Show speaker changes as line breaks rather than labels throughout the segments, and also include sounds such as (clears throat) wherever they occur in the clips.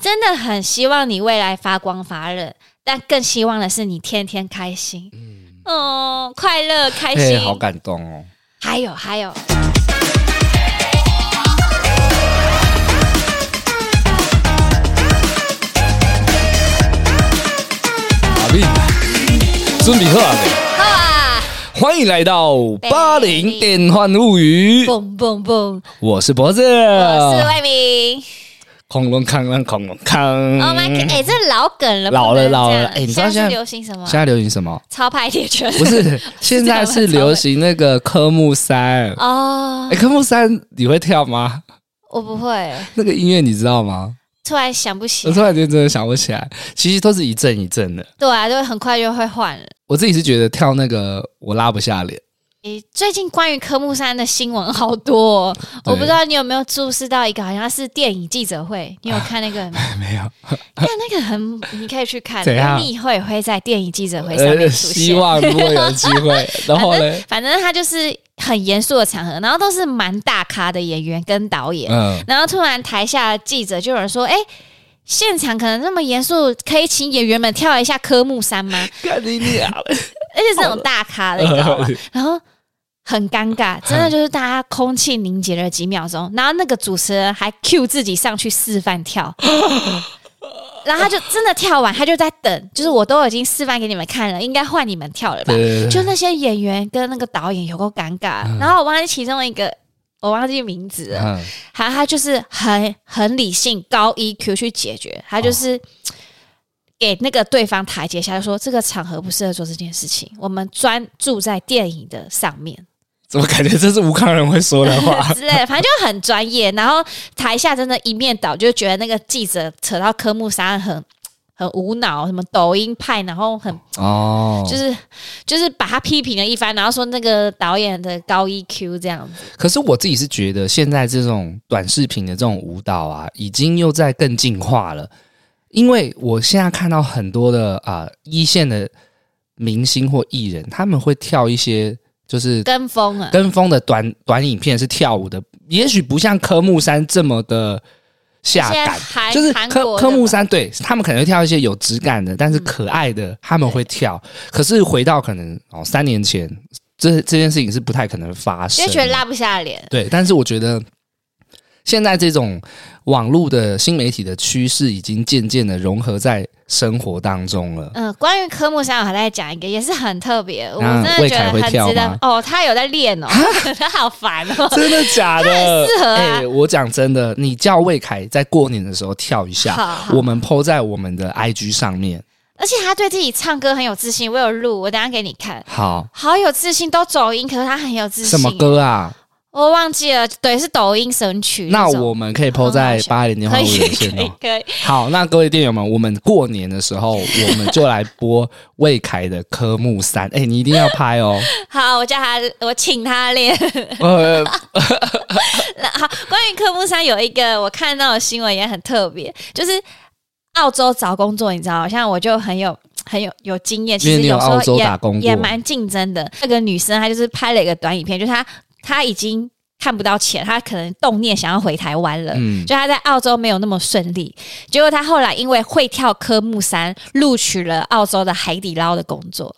真的很希望你未来发光发热，但更希望的是你天天开心，嗯，哦，快乐开
哎，
心，
好感动哦。
还有还有，
阿斌，准备好了没？
好啊，
欢迎来到八零电幻物语，
蹦蹦
(laughs)
蹦，
我是脖子，
我是魏明
恐龙康康恐龙康。
，Oh my，god，哎，这老梗了，
嗯老了
不能这样
老了哎你知道
现在
现
是
在
流行什么
现？在流行什么？
超派铁拳
不是，现在是流行那个科目三。
(laughs) 哦
哎，，科目三你会跳吗？
我不会，
那个音乐你知道吗？
突然想不起
我
来，
突然间真的想不起来，其实都是一阵一阵的。
对啊，就很快就会换了。
我自己是觉得跳那个我拉不
(laughs)
下脸，
诶，最近关于科目三的新闻好多、哦，
对
我不知道你有没有注视到一个，好像是电影记者会，你有看那个吗？
没有。
(laughs) 看那个很，你可以去看，
怎样呃
因为你以后也会在电影记者会上面出
希
现。
望如果有机
(laughs)
会，然后呢？
反正他就是很严肃的场合，然后都是蛮大咖的演员跟导演，
嗯，
然后突然台下的记者就有人说：“哎、现场可能那么严肃，可以请演员们跳一下科目三吗？”
看你俩
(laughs)
了，
而且是
哦
那种大咖的，你知
(laughs)
道吗？然后很尴
嗯
尬，真的就是大家空气凝结了几秒钟，然后那个主持人还 cue 自己上去示范跳，
(laughs)
然后他就真的跳完，他就在等，就是我都已经示范给你们看了，应该换你们跳了吧 (laughs)
对？对嗯
就
对，
那些演员跟那个导演有够尴尬，然后我忘记其中一个。我忘记名字了，
嗯，
还有他就是很很理性高 EQ 去解决，他就是
哦
给那个对方台阶下，就说这个场合不适合做这件事情，我们专注在电影的上面
怎么感觉这是吴康人会说的话？
之类的，反正 (laughs) 就很专业。然后台下真的一面倒，就觉得那个记者扯到科目三很很无脑，什么抖音派，然后很
哦，
就是、就是把他批评了一番，然后说那个导演的高 EQ 这样子，
可是我自己是觉得现在这种短视频的这种舞蹈啊，已经又在更进化了，因为我现在看到很多的啊、一线的明星或艺人，他们会跳一些就是
跟风啊，
跟风的短短影片是跳舞的，也许不像科目三这么的下
现在
感，
韩
就是
韩
科
国
科
的嗯
目
嘛
三，对他们可能会跳一些有质感的，但是可爱的、他们会跳。可是回到可能哦三年前，这这件事情是不太可能发
因
生
为
的。
觉得拉不下脸。
对，但是我觉得现在这种网络的新媒体的趋势已经渐渐的融合在生活当中
(laughs)
了。
嗯，关于科目三，我还在讲一个，也是很特别，我真
那
的觉
魏凯
得
会
很
跳
值
吗
得。哦，他有在练
(laughs)
哦，他好烦哦。 (laughs)
真的假的？哎
适合啊
我讲真的，你叫魏凯在过年的时候跳一下，
好好
我们 PO 在我们的 IG 上面。
而且他对自己唱歌很有自信，我有录，我等一下给你看。
好，
好有自信，都走音，可是他很有自信。
什么？歌啊？
我忘记了，对，是抖音神曲
那
种。
我们可以 PO 在八零年
可
花五
以
连
可以
线
(laughs) 可以
哦。好，那各位店友们，我们过年的时候，我们就来播魏凯的科目三。哎、你一定要拍
(laughs)
哦。
好，我叫他，我请他练。
呃，
那好，关于科目三有一个我看到的新闻也很特别，就是澳洲找工作，你知道，像我就很有很有有经验，其
因为
实
你有
时候
澳洲
也
打工
也
过，
蛮竞争的。那个女生她就是拍了一个短影片，就是她她已经看不到钱，她可能动念想要回台湾了。
嗯，
就她在澳洲没有那么顺利，结果她后来因为会跳科目三，录取了澳洲的海底捞的工作。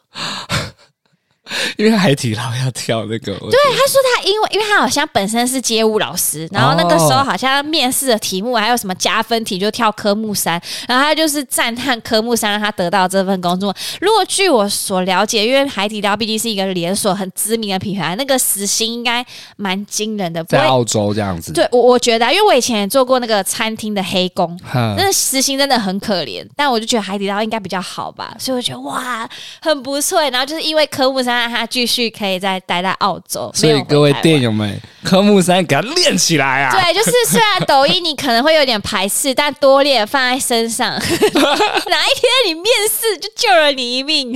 因为海底捞要跳那个，对，
她因为因为她好像本身是街舞老师，然后那个时候好像面试的题目还有什么加分题就跳科目三，然后她就是赞叹科目三让她得到这份工作。如果据我所了解，因为海底捞毕竟是一个连锁很知名的品牌，那个时薪应该蛮惊人的，不
在
会。
澳洲这样子，
对，我我觉得、啊，因为我以前也做过那个餐厅的黑工，
哼，
那时薪真的很可怜，但我就觉得海底捞应该比较好吧，所以我觉得哇，很不错。欸然后就是因为科目三让他继续可以再待在澳洲，没
所以
有回
各位
台湾
店友们，科目三给它练起来啊！
对，就是虽然抖音你可能会有点排斥，但多练放在身上， (laughs) 哪一天你面试就救了你一命。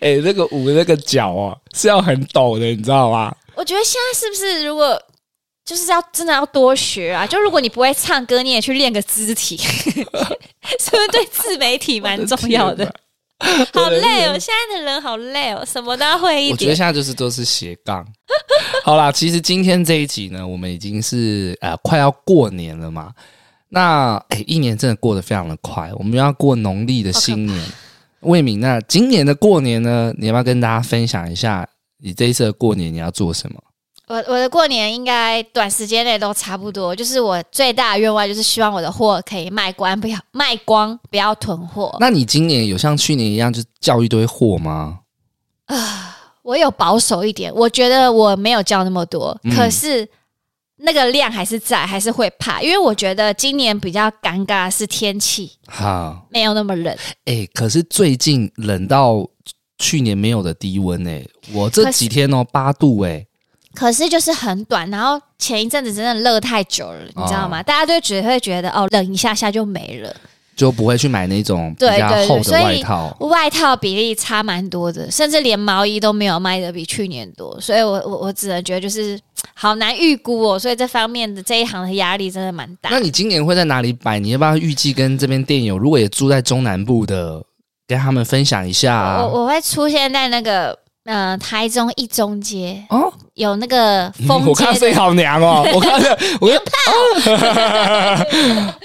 哎、那个舞那个脚哦，是要很抖的，你知道吗？
我觉得现在是不是如果就是要真的要多学啊？就如果你不会唱歌，你也去练个肢体， (laughs) 是不是对自媒体蛮重要
(laughs)
的？好累哦，现在的人好累哦，什么都要会一
我觉得
点。
现在就是都是斜杠。 (laughs) 好啦，其实今天这一集呢，我们已经是呃快要过年了嘛。那哎，一年真的过得非常的快，我们要过农历的新年。魏敏，那今年的过年呢，你要不要跟大家分享一下你这一次的过年你要做什么？
我我的过年应该短时间内都差不多，就是我最大的愿望就是希望我的货可以卖光，不要卖光，不要囤货。
那你今年有像去年一样就叫一堆货吗？
我有保守一点，我觉得我没有叫那么多，
嗯
可是那个量还是在，还是会怕，因为我觉得今年比较尴尬的是天气
好，
没有那么冷，
哎、可是最近冷到去年没有的低温哎、我这
可是
几天哦八度哎、
可是就是很短。然后前一阵子真的热太久了，你知道吗？大家就觉得会觉得哦，冷一下下就没了。
就不会去买那种比
对
较
对对
厚的
所以
外套。
外套比例差蛮多的，甚至连毛衣都没有卖的比去年多，所以我我我只能觉得就是嘖好难预估哦，所以这方面的这一行的压力真的蛮大
那。你今年会在哪里摆？你要不要预计跟这边店友，如果也住在中南部的，跟他们分享一下、哦
我我会出现在那个呃台中一中街
哦，
有那个
嗯
风
我
街
看
的
谁好娘
(laughs)
哦，我看我看，啊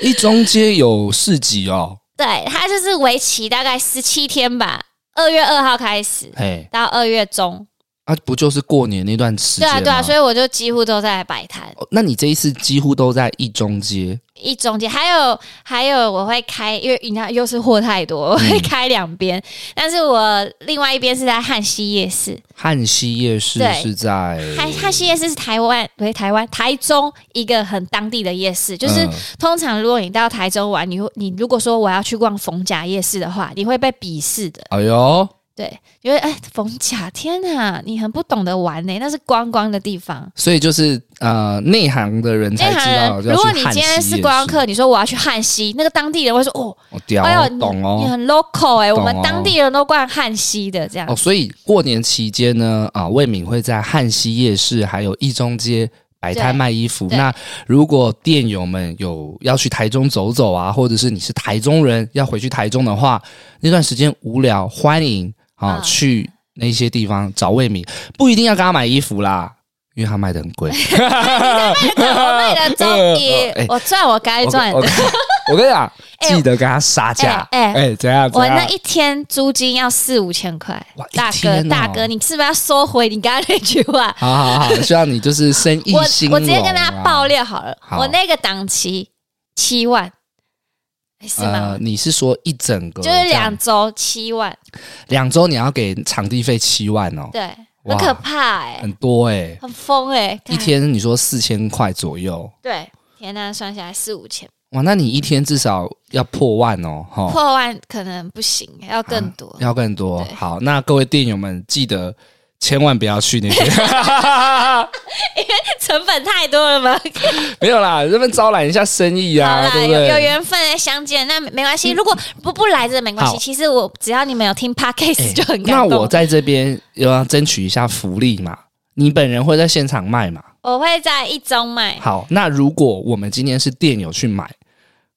一中街有市集哦，
对，它就是为期大概十七天吧，二月二号开始
嘿，
到二月中，
啊，不就是过年那段时
对
间吗？
啊对啊，所以我就几乎都在摆摊。
哦那你这一次几乎都在一中街，
一中间，还有还有，我会开，因为你看又是货太多，我会
嗯
开两边，但是我另外一边是在汉西夜市，
汉西夜市
对
是在
汉汉西夜市是台湾，不是台湾，台中一个很当地的夜市，就是、
嗯
通常如果你到台中玩，你会你如果说我要去逛逢甲夜市的话，你会被鄙视的，
哎呦，
对，因为哎逢甲，天哪，你很不懂得玩呢、那是观光的地方。
所以就是呃，内行的人才
内行
知道
人，
要去汉西夜市。
如果你今天是观光客，你说我要去汉西，那个当地人会说哦。
哦，屌
哎
哦，
呦，
懂
你
哦。
很 local 哎、我们
懂哦
当地人都逛汉西的这样。
哦，所以过年期间呢，啊，魏敏会在汉西夜市还有一中街摆摊
对
卖衣服。
对
那如果店友们有要去台中走走啊，或者是你是台中人要回去台中的话，那段时间无聊，欢迎啊、
嗯
去那些地方找魏敏，不一定要跟他买衣服啦，因为他卖的很
(laughs)
贵。
(laughs) 我卖的终
(laughs)
于
呃哎，
我赚我该
我
赚
跟我
的。
跟我跟你讲，
(laughs) 哎
记得跟他杀价。
哎
哎、
哎
怎样？怎
我
样
那一天租金要四五千块
哇，一
大哥
天哦
大哥，你是不是要收回你刚刚那句
(laughs)
话？
好好好，希望你就是生意
我
兴
我直接跟
隆
大
啊
家爆料好了，
好
我那个档期七万，哎是吗
呃，？你是说一整个
就是
这样
两周七万，
两周你要给场地费七万哦，
对，很
哇
可怕哎、
很多哎、
很疯哎、
一
干
天你说四千块左右，
对，天呐，算下来四五千，
哇，那你一天至少要破万哦，哈，
破万可能不行，要更多。
要更多。
对
好，那各位店友们记得千万不要去那边，
(laughs) (laughs) 成本太多了吗？
没有啦，这边招揽一下生意
好
啊，
啦，
对不
有有
对？
缘分来相见，那没没关系。如果不不来这没关系，
好
其实我只要你们有听 podcast (laughs) 就很感
哎那
动。
我在这边又要争取一下福利嘛，你本人会在现场卖嘛？
我会在一中买，
好，那如果我们今天是店友去买，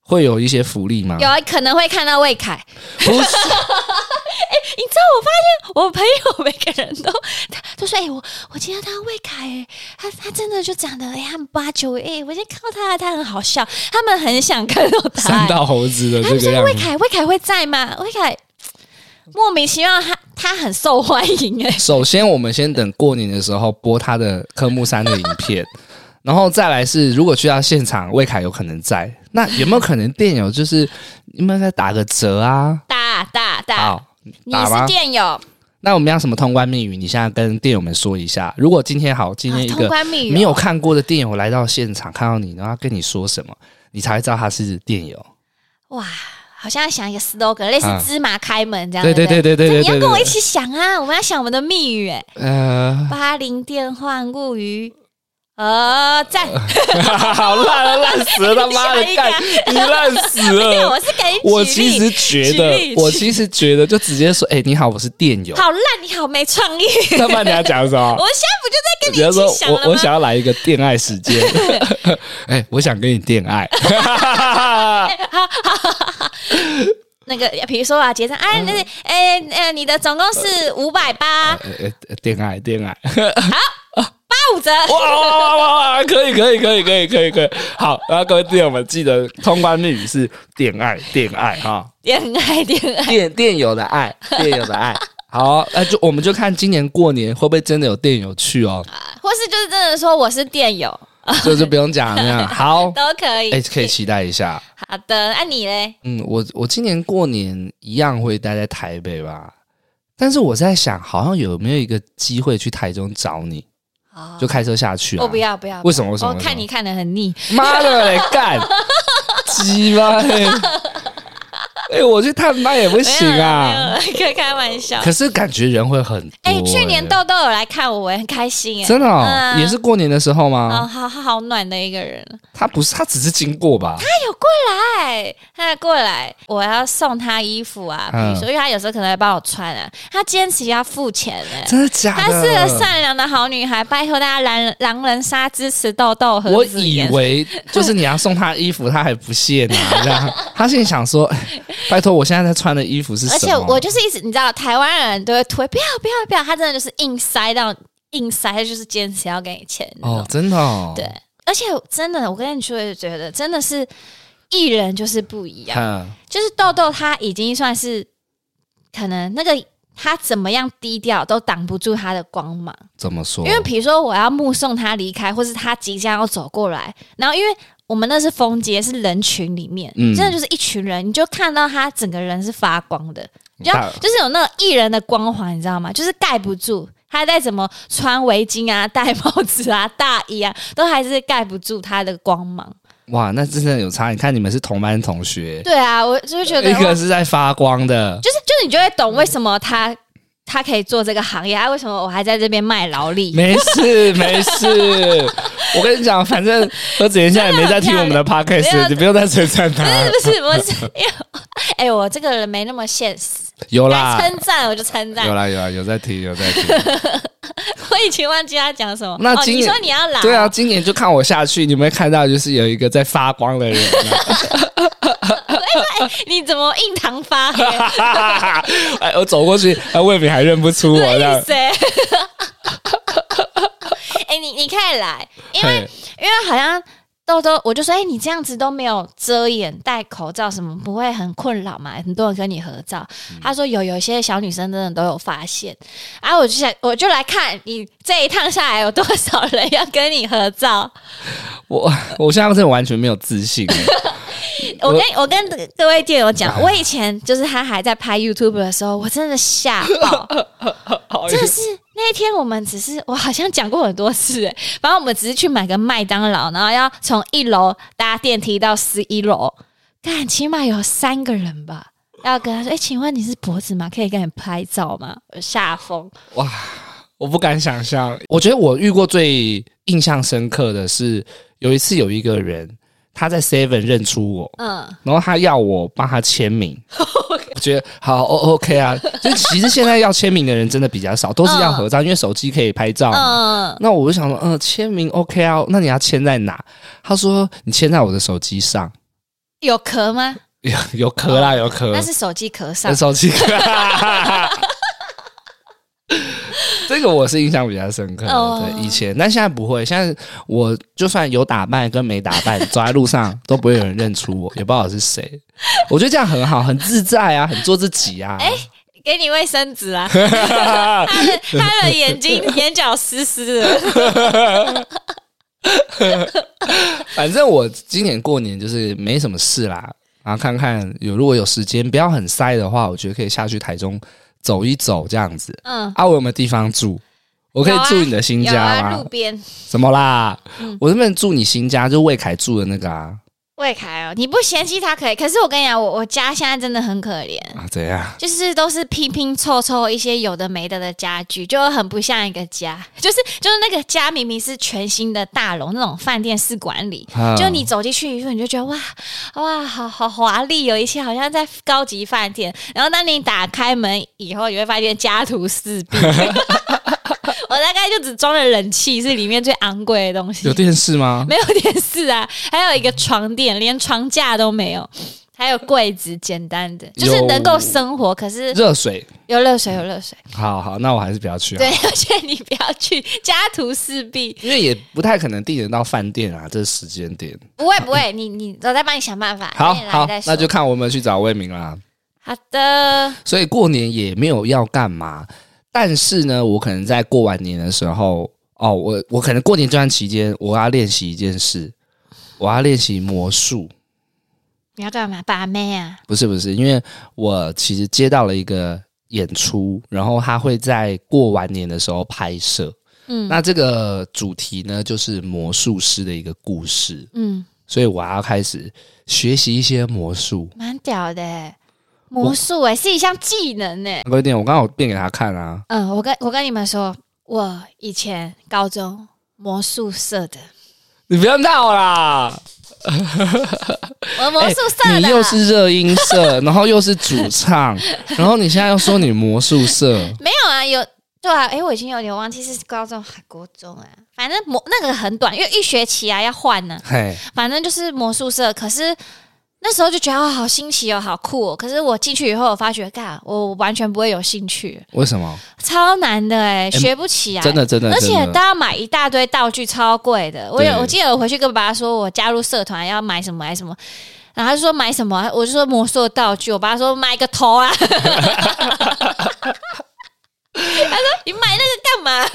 会有一些福利吗？
有可能会看到魏凯。(laughs)
不是。
你知道我发现我朋友每个人都他都说，哎、我我今天看到魏凯、哎，他他真的就长得哎、他很八九哎、我今天看到他他很好笑，他们很想看到他、
三道猴子的
他
这
们
个
说
样
魏
子，
凯魏凯会在吗？魏凯莫名其妙他他很受欢迎哎、 (laughs)
首先我们先等过年的时候播他的科目三的影片， (laughs) 然后再来是如果去到现场，魏凯有可能在，那有没有可能店友就是你们再打个折啊？
大大大，
好，
你
打
是
吧。
店友。
那我们要什么通关密语？你现在跟店友们说一下。如果今天好，今天一
啊、通
个
关密语哦
没有看过的店友来到现场，看到你，然后他跟你说什么，你才会知道他是店友。
哇，好像要想一个 slogan，类似
啊
芝麻开门这样。
对
对
对
不
对对对对
你要
对
跟我一
对。
起想啊，我们要想我们的密语、哎，
呃， (laughs)
八零电话物语。呃，赞！
好烂啊，烂死了，他妈的
吓一跳
干，你烂
(laughs)
死
因为
了。
我是给你举例
我其实觉
哎举例
得，我其实觉得，就直接说，哎、你好，我是店友。
好烂，你好没创意。我现
那不然你要讲什
(laughs) 在
么？
不就在跟
比
你
如
一
说
起想了吗？
我我想要来一个恋爱时
(laughs)
间，哎、我想跟你恋爱， (laughs) 哎
那个，比如说啊，结账，哎、
嗯
那是哎呃，你的总共是五百八，
呃呃，恋爱恋爱，
五折。
哇哇哇哇哇！可以可以可以可以可以可以。好，然后各位队友们记得通关密语是“恋爱恋爱”哈，
恋爱，恋爱，
电电友的爱，电友的爱。好，那就我们就看今年过年会不会真的有电友去哦，
或是就是真的说我是电友
这就不用讲了那样。好，
都可以。
哎、可以期待一下。
好的，那你嘞？
嗯，我我今年过年一样会待在台北吧，但是我在想，好像有没有一个机会去台中找你，
哦
就开车下去啊？
我不要，不要。
为什么为什么
我看你看的很腻。
妈的嘞，干，鸡巴嘞！哎、我去探班也不行啊。
没有，没有开玩笑。
可是感觉人会很多、欸
哎、去年豆豆有来看我，哎，很开心哎。
真的、哦
嗯
也是过年的时候
哦，
吗？
好好好暖的一个人，
他不是，他只是经过吧？
哎，他过来，我要送他衣服啊，比
嗯
如说，因为他有时候可能会帮我穿啊，他坚持要付钱哎、
真的假
她
的？
是个善良的好女孩，拜托大家狼狼人杀支持豆豆和
我
子
以
妍
为就是你要送他衣服，他还不屑拿，
(laughs)
这样他现在想说，哎拜托，我现在在穿的衣服是
而
什
且
么？
我就是一直你知道，台湾人都会推不要不要不要，他真的就是硬塞到硬塞，他就是坚持要给你钱那种
哦，真的、哦，
对，而且真的，我跟你说，也觉得真的是艺人就是不一样，
嗯，
就是豆豆他已经算是可能那个。他怎么样低调都挡不住他的光芒，
怎么说？
因为比如说我要目送他离开，或是他即将要走过来，然后因为我们那是风街，是人群里面，
嗯
真的就是一群人，你就看到他整个人是发光的，就
大
就是有那种艺人的光环，你知道吗？就是盖不住，他再怎么穿围巾啊、戴帽子啊、大衣啊，都还是盖不住他的光芒。
哇，那真的有差。你看你们是同班同学，
对啊，我就是觉得
一
哇
个是在发光的，
就是就是你就会懂为什么他。他可以做这个行业，啊他为什么我还在这边卖劳力？
(laughs) 没事没事。我跟你讲，反正何子妍现在也没在听我们的
没有
podcast，你不用再称赞他。
(laughs) 不是不是，因为我哎、我这个人没那么现实，
有啦
该，称赞我就称赞啊
有。啦，有啦，有在听，有在
(laughs)
听。
我已经忘记他讲什么。
那
哦、
今
你
年
说你要来，
对啊，，今年就看我下去，你们会看到就是有一个在发
(laughs)
光的人啊、
你怎么印堂发黑？
(laughs) 哎，我走过去，哎，魏敏还认不 (laughs) 出我这
对
样。
谁？ (laughs) 哎、你你可以来，因为
嘿
因为好像豆豆，我就说，哎、你这样子都没有遮掩、戴口罩什么，不会很困扰嘛？很多人跟你合照，他说有有些小女生真的都有发现，啊，我就想我就来看你这一趟下来有多少人要跟你合照。
我我现在真的完全没有
(laughs)
自信哎、
我跟我跟各位队友讲，我以前就是他还在拍 YouTube 的时候，我真的吓爆。真的是那一天，我们只是我好像讲过很多次、欸，反正我们只是去买个麦当劳，然后要从一楼搭电梯到十一楼，干起码有三个人吧。要跟他说：“哎、请问你是脖子吗？可以跟你拍照吗？”我吓疯，
我不敢想象。我觉得我遇过最印象深刻的是，有一次有一个人他在 Seven 认出我，
嗯，
然后他要我帮他
(laughs)
签名，我觉得好 O OK 啊。就其实现在要签名的人真的比较少，都是要合照，因为手机可以拍照嘛。
嗯，
那我就想说，嗯、签名 OK 啊，那你要签在哪？他说你签在我的手机上，
(laughs) 有壳吗？
有有壳啦，有壳，
哦那是手机壳上
有，手机壳。 (laughs) 这个我是印象比较深刻的，
哦
对以前，但现在不会。现在我就算有打扮跟没打扮，走在路上都不会有人认出我，也不知道我是谁。 (laughs) 我觉得这样很好，很自在啊，很做自己啊。
哎给你卫生纸 (laughs) 啊！他的他的眼 (laughs) 睛眼角湿湿的，
反正我今年过年就是没什么事啦，然后看看有如果有时间，不要很塞的话，我觉得可以下去台中走一走这样子。
嗯，
啊，我有没有地方住？我可以
有啊
住你的新
有
家吗？
啊，路边
什么啦？
嗯
我能不能住你新家？就魏凯住的那个啊
魏凯哦，你不嫌弃他可以，可是我跟你讲，我我家现在真的很可怜，
啊，怎
(laughs)
样？
就是都是拼拼凑凑一些有的没的的家具，就很不像一个家， (laughs) 就是就是那个家明明是全新的大楼那种饭店式管理。
啊
就你走进去以后，你就觉得哇哇，好好华丽，有一些好像在高级饭店。然后当你打开门以后，你会发现家徒四壁。 (laughs) 我大概就只装了冷气，是里面最昂贵的东西。
有电视吗？
没有电视啊，还有一个床垫，连床架都没有，还有柜子，简单的就是
有
能够生活，可是
热水，
有热水有热水。
好好，那我还是不要去、啊
对，， (laughs) 而且你不要去家徒四壁，
因为也不太可能定得到饭店啊，这时间点。
不会不会，你你我再帮你想办法。
好
等你来
好
再，说
那就看我们去找魏明啦。
好的。
所以过年也没有要干嘛，但是呢，我可能在过完年的时候，哦，我我可能过年这段期间，我要练习一件事，我要练习魔术。
你要干嘛？把妹啊？
不是不是，因为我其实接到了一个演出，然后他会在过完年的时候拍摄。
嗯
那这个主题呢，就是魔术师的一个故事，
嗯，
所以我要开始学习一些魔术。
蛮屌的欸、魔术哎、是一项技能哎、
各位啊店，我刚好变给他看啊，
嗯，我跟我跟你们说，我以前高中魔术社的，
你不要闹啦！
我魔术社的，啊
哎你又是热音
(laughs)
社，然后又是主唱，然后你现在又说你魔术社，
没有啊？有对啊？哎、我已经有点忘记是高中还国中啊，反正魔那个很短，因为一学期啊要换呢、
嘿，
反正就是魔术社。可是那时候就觉得、哦、好新奇哦，好酷哦。可是我进去以后，我发觉，干，我完全不会有兴趣，
为什么？
超难的哎、学不起来。
真的真的，
而且
真
都
的
要买一大堆道具，超贵的。我有
对
我记得我回去跟爸爸说，我加入社团要买什么买什么，然后他就说买什么，我就说魔术的道具。我爸说买个头啊，他说你买那个干嘛？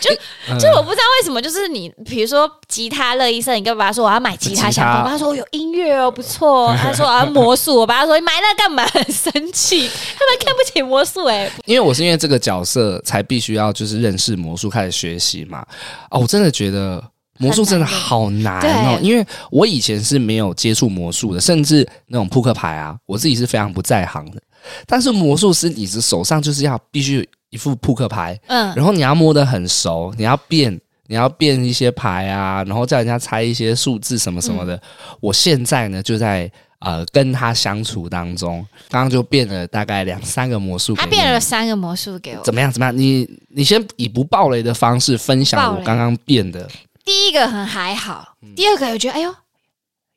就
嗯
就我不知道为什么，就是你比如说吉他乐医生，你跟爸爸说我要买吉他
吉
相
他
关，我爸说有音乐哦，不错哦。他说我要魔术，我爸说你买那干嘛？很生气，他们看不起魔术哎、
因为我是因为这个角色才必须要就是认识魔术，开始学习嘛。哦，我真的觉得魔术真的好难哦，
对
因为我以前是没有接触魔术的，甚至那种扑克牌啊，我自己是非常不在行的。但是魔术师，你是手上就是要必须有一副扑克牌，
嗯，
然后你要摸得很熟，你要变，你要变一些牌啊，然后叫人家猜一些数字什么什么
嗯
的。我现在呢就在呃跟他相处当中，刚刚就变了大概两三个魔术给
他
你。
变了三个魔术给我。
怎么样？怎么样？你你先以不暴雷的方式分享
暴
我
雷
刚刚变的，
第一个很还好，
嗯
第二个我觉得哎呦，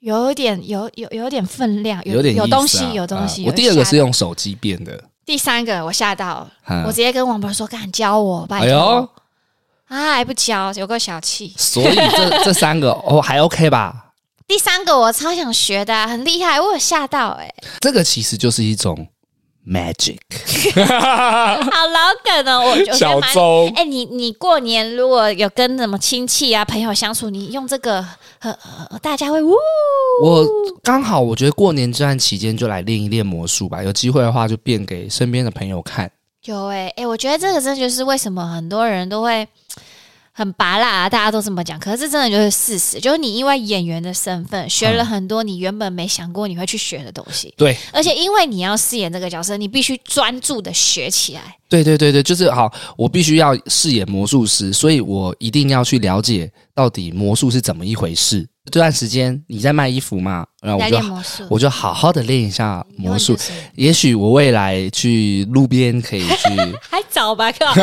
有点有有有点分量，有
点
有
意
东
思啊
西，有东西。
啊我
有
第二个是
吓到，
用手机变的，
第三个我吓到了，
嗯
我直接跟王博说：“赶紧教我，拜
哎呦
托。”啊，还不教，有个小气。
所
(laughs)
以这这三个哦还 OK 吧？
第三个我超想学的啊、很厉害，我有吓到哎、
(laughs) 这个其实就是一种 magic，
好老梗哦，我我觉得蛮。
周
哎、你你过年如果有跟什么亲戚啊朋友相处，你用这个，呃，呃大家会呜，
我刚好，我觉得过年这段期间就来练一练魔术吧。有机会的话，就变给身边的朋友看。
有哎、欸、哎、我觉得这个真的就是为什么很多人都会很拔辣、啊，大家都这么讲。可是这真的就是事实，就是你因为演员的身份学
嗯
了很多你原本没想过你会去学的东西，
对，
而且因为你要饰演这个角色，你必须专注的学起来。
对，对，对，对，就是好，我必须要饰演魔术师，所以我一定要去了解到底魔术是怎么一回事。这段时间你在卖衣服嘛，然后
来
啊我
练
就
魔术，
我就好好的练一下
因为
魔
你
术
就。是 (laughs)
也许我未来去路边可以去
还早吧，
(laughs)
靠！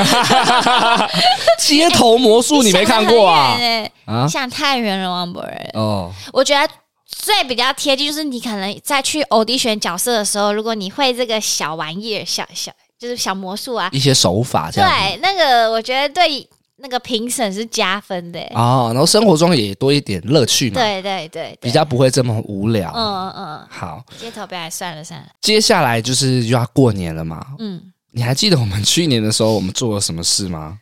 街头魔术，你没看
(laughs)
过啊？
你
啊
想太远了，王博仁。
哦，
我觉得最比较贴近就是你可能在去 audition 角色的时候，如果你会这个小玩意儿、小小就是小魔术啊，
一些手法这样子。
对，那个我觉得对那个评审是加分的、欸
哦，然后生活中也多一点乐趣嘛，
对对对
比
对，
较不会这么无聊。
嗯嗯
好，
嗯，街头表演算了算了，
接下来就是又要过年了嘛。
嗯，
你还记得我们去年的时候我们做了什么事吗？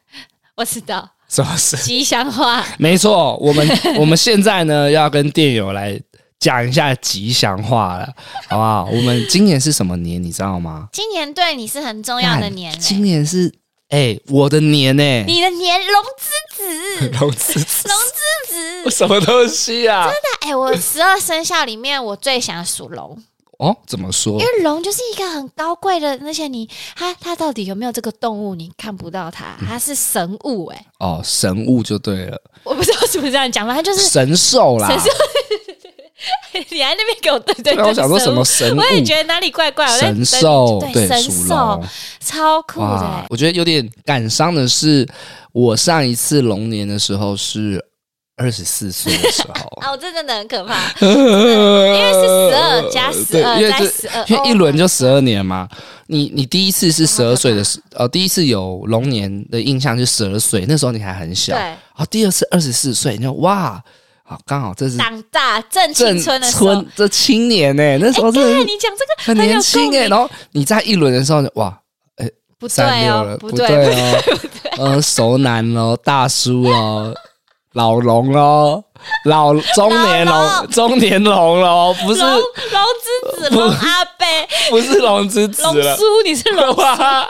我知道
什么事？
吉祥话，
没错，我们 (laughs) 我们现在呢要跟店友来讲一下吉祥话了，好不好？我们今年是什么年，你知道吗？
今年对你是很重要的
干
年、
今
欸，
年是哎、我的年呢、
你的年龙之子，
龙之
龙之子，
什么东西啊？
哎、我十二生肖里面我最想属龙，
(laughs) 哦，怎么说
因？为龙就是一个很高贵的，而且你它它到底有没有这个动物，你看不到它，
嗯
它是神物、哎，
哦，神物就对
(laughs)
了，
我不知道怎么这样讲，反正
(laughs)
就是
神兽啦。
神兽你还在那边给我对对
对啊，
对，
我想说什么
神
神
物？(laughs)
物？
我也觉得哪里怪怪，我在
神兽
对神
属
兽
龙
超酷的
哇
欸，
我觉得有点感伤的是，我上一次龙年的时候是二十四岁的时候，
啊，我真的很可怕， (laughs) 因为是十二加十
对，因
二
为
再十二哦
这，因为一轮就十二年嘛。你你第一次是十
哦好可
二
怕
岁的时，呃，第一次有龙年的印象是十二岁，那时候你还很小。
对
啊，第二次二十四岁，你就哇，好，刚好这是
长大正
正
青春的时候。
这青年呢、那时候真
哎，
哦的是
你讲这个
很
有
年轻
共
哎、
鸣
然后你在一轮的时候，哇，
不
三
对
六
哦
了，，
不
对
对，
哦，呃，熟男喽，大叔喽，老龙喽，老中年
老
龙，中年龙喽，不是
龙龙之子
不
龙阿贝
(laughs) 不是龙之子
龙
了
叔，，你是龙 (laughs)
哇，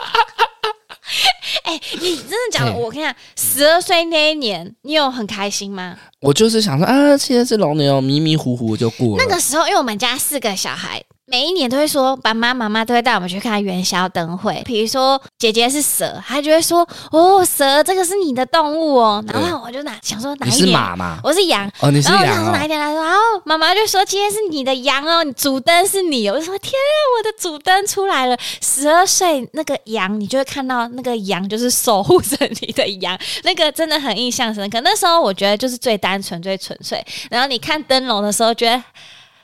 你真的讲的，
哎
我跟你讲，十二岁那一年，你有很开心吗？
我就是想说啊，现在是龙年哦，迷迷糊糊就过了。
那个时候，因为我们家四个小孩，每一年都会说，爸妈妈妈都会带我们去看元宵灯会。比如说，姐姐是蛇，她就会说：“哦，蛇这个是你的动物哦。”
对
然后我就拿想说哪
你
一
是
年，
马嘛？
我是羊。
哦，你是
然后我想
羊
说哪一
哦，
年来说，然后妈妈就说今天是你的羊哦，你主灯是你哦。我就说天啊，我的主灯出来了。十二岁那个羊，你就会看到那个羊就是守护着你的羊，那个真的很印象深刻。那时候我觉得就是最单纯、最纯粹。然后你看灯笼的时候，觉得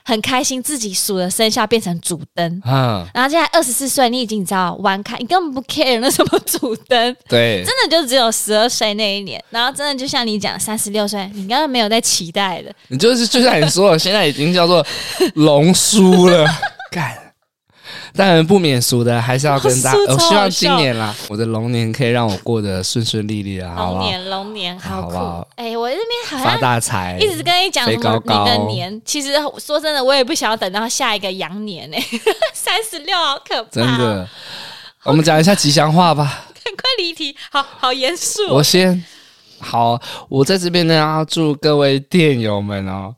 很开心，自己数的生肖变成主灯。
嗯，
然后现在二十四岁，你已经你知道玩开，你根本不 care 那什么主灯，
对，
真的就只有十二岁那一年。然后真的就像你讲，三十六岁，你根本没有在期待的。
你就是就像你说的，现在已经叫做龙叔了， (laughs) 干。当然不免俗的，还是要跟大家。
龙叔超
我希望
好笑
今年啦，我的龙年可以让我过得顺顺利利啊，好不
龙
好？
年，龙年，好
好
酷
不好！
哎、我这边好
发
像
大财，
一直跟你讲
飞
什么
高
你的
高
年，其实说真的，我也不想要等到下一个羊年哎、 (laughs) 三十六好可怕、
真，的。我们讲一下吉祥话吧。
很快离题，好好严肃哦。
我先好，我在这边呢要祝各位电友们哦，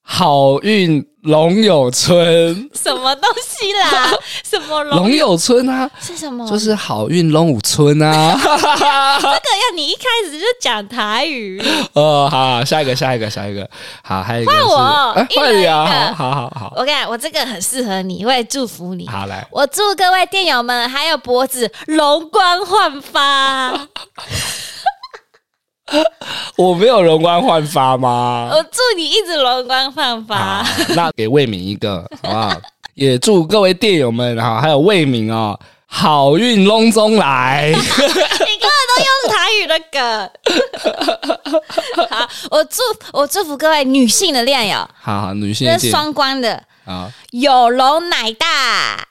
好运龙有春，
(laughs) 什么东西啦？
(laughs)
什么龙
龙有春啊，
是什么？
就是好运龙武春啊。
这个要你一开始就讲台语，
(laughs) 哦，好，下一个，下一个，下一个，好，还有一个是，
换我
哎
一
换
人
你啊，
一个
好好好好，
我跟你讲，我这个很适合你，我也祝福你。
好来，
我祝各位电友们还有脖子容光焕
(laughs)
发，
我没有容光焕发吗？
我祝你一直容光焕
好
发。，
那给魏敏一个，好不好？也祝各位电友们哈，还有魏敏哦，好运隆中
你
来。
根本都用台语的梗。 (laughs) 好，我祝我祝福各位女性的恋友，
好好，女性
这
的
是
电友
双关的，
啊，
有容乃
(laughs)
大。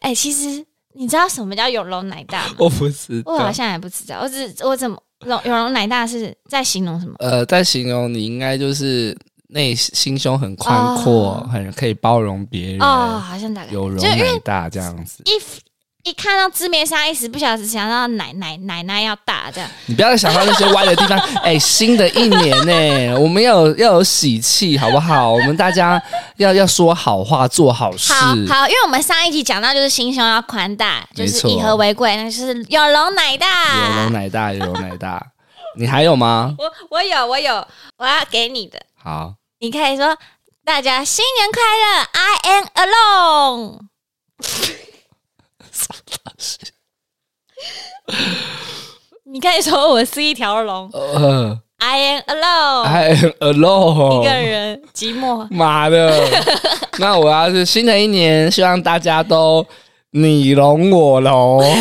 哎、其实你知道什么叫有容乃大
(laughs)
吗？
我不知
我好
道。
像还不知道，我只我怎么容有容乃大是在形容什么？
呃，在形容你应该就是内心胸很宽阔，
哦
很可以包容别人，
哦，好像大概
有容
就因为
乃大这样子。
一看到字面上意思，不小心想到奶奶奶奶要大这样。
你不要再想到那些歪的地
(laughs)
方。哎、新的一年呢、我们要有要有喜气，好不好？我们大家要要说好话，做好事。
好好，因为我们上一集讲到就是心胸要宽大，就
没
是
错
以和为贵，那就是有容乃
有
大
容。乃大，有容乃大。你还有
(laughs)
吗？
我我有我有，我要给你的，
好，
你可以说大家新年快乐，I am
(laughs)
alone。你可以说我是一条龙
呃
，I am alone，
，I am
哦一个
alone。
人寂寞。
妈的，
(laughs)
那我要是新的一年，希望大家都你龙我龙。
(laughs)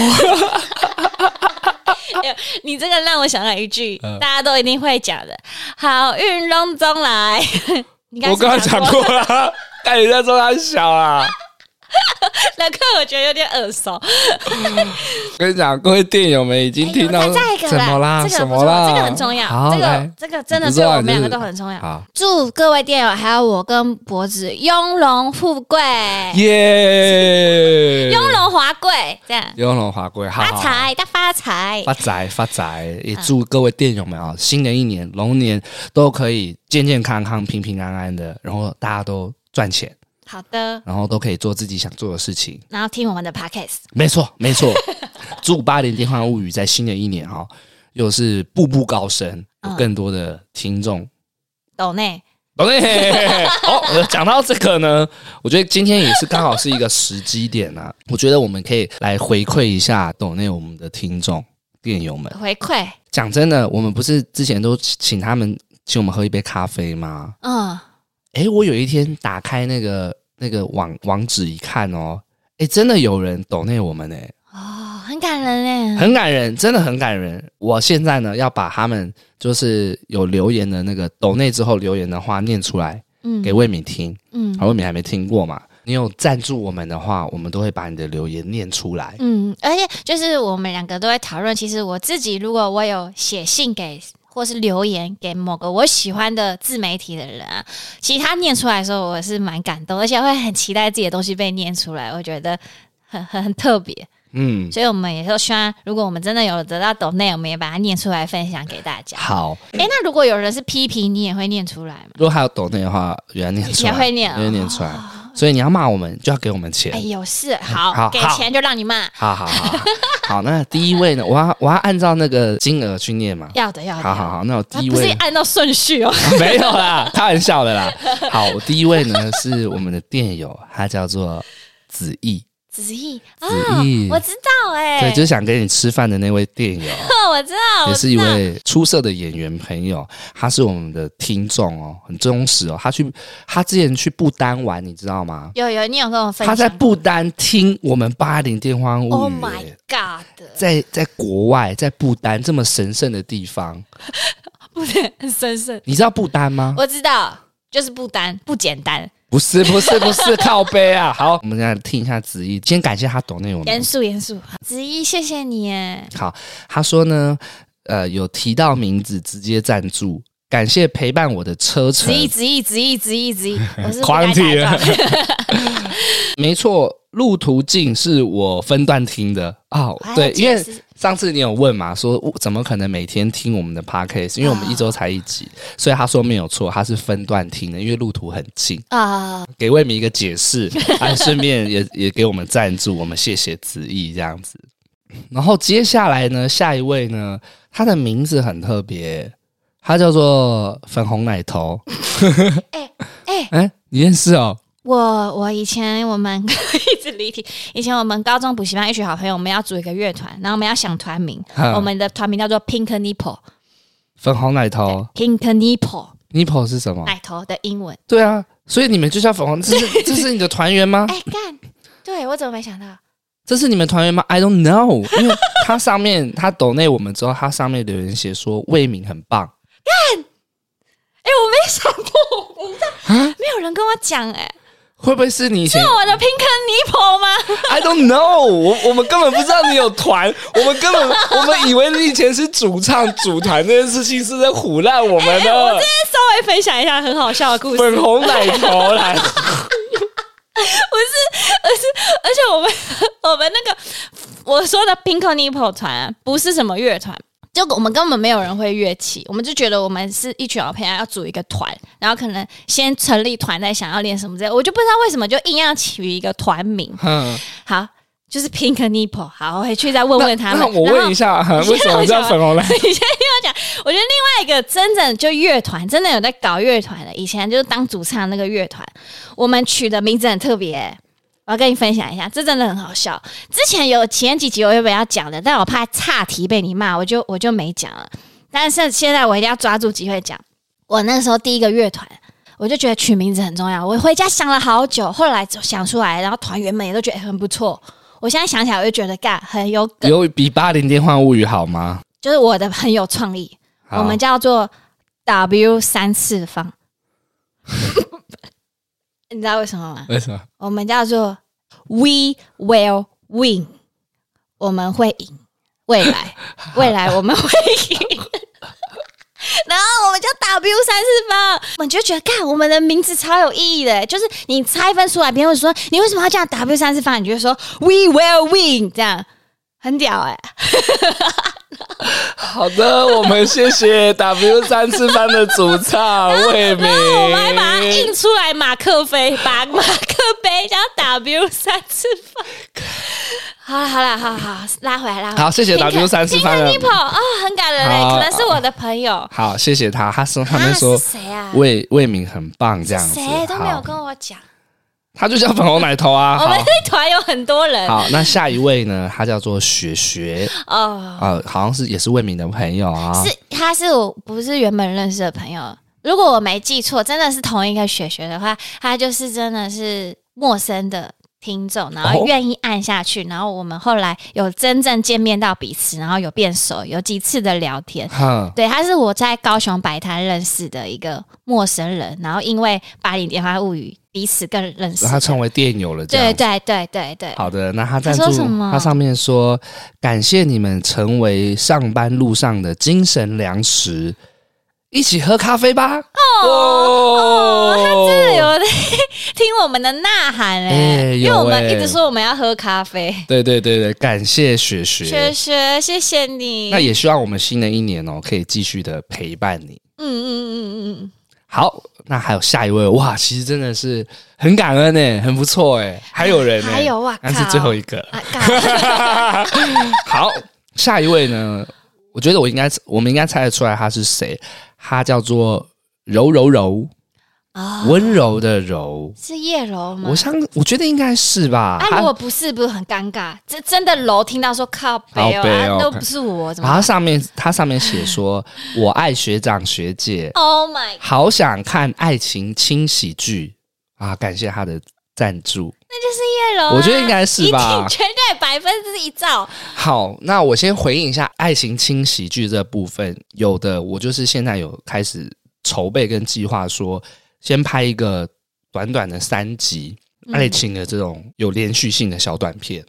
你这个让我想到一句
嗯，
大家都一定会讲的，好运隆中来。 (laughs) 你
我刚刚
是
讲过了，但你在说他小啊。
(laughs) 那个我觉得有点耳熟。
我跟你讲，各位电友们已经听到
哎有再再一个
什么啦？
这个
什
很不
么
错
啦？
这个很重要，
好，
这
来
个这个真的
你不知
对
道
我们两
你
个
是
都很重要。
好，
祝各位店友还有我跟脖子雍容富贵，哎 (laughs)
耶！
雍容华贵，这样
雍容华贵，好
啊发
好
财大发财。
发财发财！也祝各位电友们啊，新的一年龙年都可以健健康康、平平安安的，然后大家都赚钱，
好的，
然后都可以做自己想做的事情。
然后听我们的 podcast，
没错，没错。 (laughs) 祝《八零电话物语》在新的一年哈、又是步步高升，有
嗯
更多的听众
抖内
懂嘞。哦，呃讲到这个呢，我觉得今天也是刚好是一个时机点啊。我觉得我们可以来回馈一下抖内我们的听众，店友们。
回馈，
讲真的，我们不是之前都请他们请我们喝一杯咖啡吗？
嗯，
诶，我有一天打开那个那个网网址一看哦，诶，真的有人抖内我们呢、
哦，很感人哎，
很感人，真的很感人。我现在呢要把他们就是有留言的那个抖内之后留言的话念出来给
嗯
魏敏听，
嗯
好，魏敏还没听过嘛。你有赞助我们的话，我们都会把你的留言念出来。
嗯，而且就是我们两个都在讨论，其实我自己如果我有写信给。或是留言给某个我喜欢的自媒体的人啊，其实他念出来的时候，我是蛮感动，而且会很期待自己的东西被念出来，我觉得很很很特别。
嗯，
所以我们也都希望，如果我们真的有得到抖内，我们也把它念出来分享给大家。
好。
诶，那如果有人是批评，你也会念出来吗？
如果还有抖内的话，也要念
(laughs)
出来，
也会念哦
也会念
(laughs)
出来。所以你要骂我们，就要给我们钱。
哎，有事好，
好
给
好
钱就让你骂，
好好好，好。那第一位呢？我要我要按照那个金额去念
(laughs)
嘛。
要的要的。
好好好，那我第
他
一
啊不是
位
按照顺序哦。
没有啦，开玩笑的啦。好，我第一位呢是我们的店友，他叫做 (laughs) 子毅，
子毅啊
子毅，
我知道哎、
嗯对，就是想跟你吃饭的那位店友，
(laughs) 我知道，我
也
知
是一
道
位出色的演员朋友，他是我们的听众哦，很忠实哦。他去他之前去不丹玩，你知道吗？
有有，你有跟我分
他
享过。
在不丹听我们八零电话物语。
Oh my God，
在在国外，在不丹这么神圣的地方，
不是很神圣，
你知道不丹吗？
我知道，就是不单不简单，
不是，不是，不是 (laughs) 靠背啊！好，我们来听一下子怡，先感谢他懂内我
严
们。
肃严肃。子毅，谢谢你哎，
好，他说呢，呃，有提到名字直接赞助，感谢陪伴我的车程
子。毅子毅子毅子毅子
(laughs)
毅，我是
狂
不该
体
打
(laughs)
断
没错，路途径是我分段听的哦
我还。要
对，因为
解释
上次你有问嘛，说我怎么可能每天听我们的 podcast？因为我们一周才一集，所以他说没有错，他是分段听的，因为路途很近。
啊。
给魏明一个
(laughs)
解释，还顺便也也给我们赞助，我们谢谢子毅这样子。然后接下来呢，下一位呢，他的名字很特别，他叫做粉红奶头。
(laughs) 哎哎，
(laughs) 哎、你认识哦？
我我以前我们 (laughs) 一直离题，以前我们高中补习班一群好朋友，我们要组一个乐团，然后我们要想团名，
嗯
我们的团名叫做 Pink Nipple，Pink
粉红奶头
Nipple
哦 nipple 是什么？
奶头的英文。
对啊，所以你们就叫粉红，
(laughs)
这是这是你的团员吗？
哎干，对我怎么没想到？
这是你们团员吗？I don't know，因为他上面他抖内我们之后，他上面留言写说魏明很棒，
哎，我没想过，等一下
啊
没有人跟我讲哎，哦
会不会是你以前
我的 Pink Nipple 吗？哎
I don't know，我我们根本不知道你有团，我们根本 (laughs) 我们以为你以前是主唱组团这件事情是在唬烂哎我们的，
稍微分享一下很好笑的故事，
粉红奶头
(laughs)
来，
而且我们 (laughs) 我们那个我说的 Pink Nipple 团啊、不是什么乐团，就我们根本没有人会乐器，我们就觉得我们是一群好朋友要组一个团，然后可能先成立团再想要练什么之类的，我就不知道为什么就硬要起一个团名。
嗯，
好，就是 Pink Nipple。好，我回去再问
那
问他们。
那我问一
下。
下， (laughs)
你先
为什么叫粉
(laughs)
红奶？
你先听我讲，我觉得另外一个真正就乐团，真的有在搞乐团的，以前就是当主唱那个乐团，我们取的名字很特别、我要跟你分享一下，这真的很好笑。之前有前几集我原本要讲的，但我怕岔题被你骂，我就我就没讲了。但是现在我一定要抓住机会讲。我那时候第一个乐团，我就觉得取名字很重要。我回家想了好久，后来就想出来，然后团员们也都觉得很不错。我现在想起来，我就觉得干很有梗，
有比《八零电话物语》好吗？
就是我的很有创意。
好
我们叫做 W 三次方。 (laughs) 你知道为什么吗？
为什么？
我们叫做 We will win，我们会赢，未来，未来我们会赢。 (laughs) 然后我们就 W 三次方，我们就觉得，看我们的名字超有意义的，就是你拆分出来，别人会说你为什么要这样 W 三次方，你就说 We will win，这样很屌哎、
好的，我们谢谢 W 三次方的主唱魏明，
我们还把它印出来马克杯，把马克杯然后 W 三次方。好了好了，好好拉回来拉回来。
好谢谢 W 三次方的
Nipple 啊，很感人嘞，
好
可能是我的朋友。
好，谢谢他，他说他
啊
们说
是谁啊？
魏魏明很棒这样子，
谁都没有
好
跟我讲。
他就叫粉红奶头啊。
我们
好
这团有很多人
(laughs) 好，那下一位呢？他叫做雪雪
哦，
啊、好像是也是魏敏的朋友啊。
是他是我不是原本认识的朋友。如果我没记错，真的是同一个雪雪的话，他就是真的是陌生的听众，然后
哦
愿意按下去，然后我们后来有真正见面到彼此，然后有变熟，有几次的聊天。
哼，
对，他是我在高雄摆摊认识的一个陌生人，然后因为《八零电话物语》彼此更认识
然后。他成为电友了，这样
对
子。
对对对对，
好的，那他赞助
他说什么
他上面说，感谢你们成为上班路上的精神粮食，一起喝咖啡吧。哦，他
真的有在 (laughs) 听我们的呐喊哎、
哎有
因为我们
哎
一直说我们要喝咖啡。
对对对对，感谢雪
学
雪。
学，谢谢你。
那也希望我们新的一年哦，可以继续的陪伴你。
嗯嗯嗯嗯
好，那还有下一位哇，其实真的是很感恩呢，很不错哎，还有人
嗯，
呢，
还有哇靠，
那是最后一个。 (laughs)
啊，干 (laughs)
好，下一位呢？我觉得我应该，我们应该猜得出来他是谁。他叫做柔柔柔，
啊
温柔的柔。
是叶柔吗
我？想，我觉得应该是吧。
啊，如果不是，不是很尴尬？这真的楼听到说靠北
靠北
哦，
哦
啊都不是我，怎
然后
么
上面他上面写说：“
(laughs)
我爱学长学姐，
？Oh my，
好想看爱情轻喜剧啊！”感谢他的赞助。
叶柔啊，
我觉得应该是吧
一定绝对百分之一兆。
好，那我先回应一下爱情轻喜剧这部分，有的我就是现在有开始筹备跟计划说，先拍一个短短的三集爱情的这种有连续性的小短片。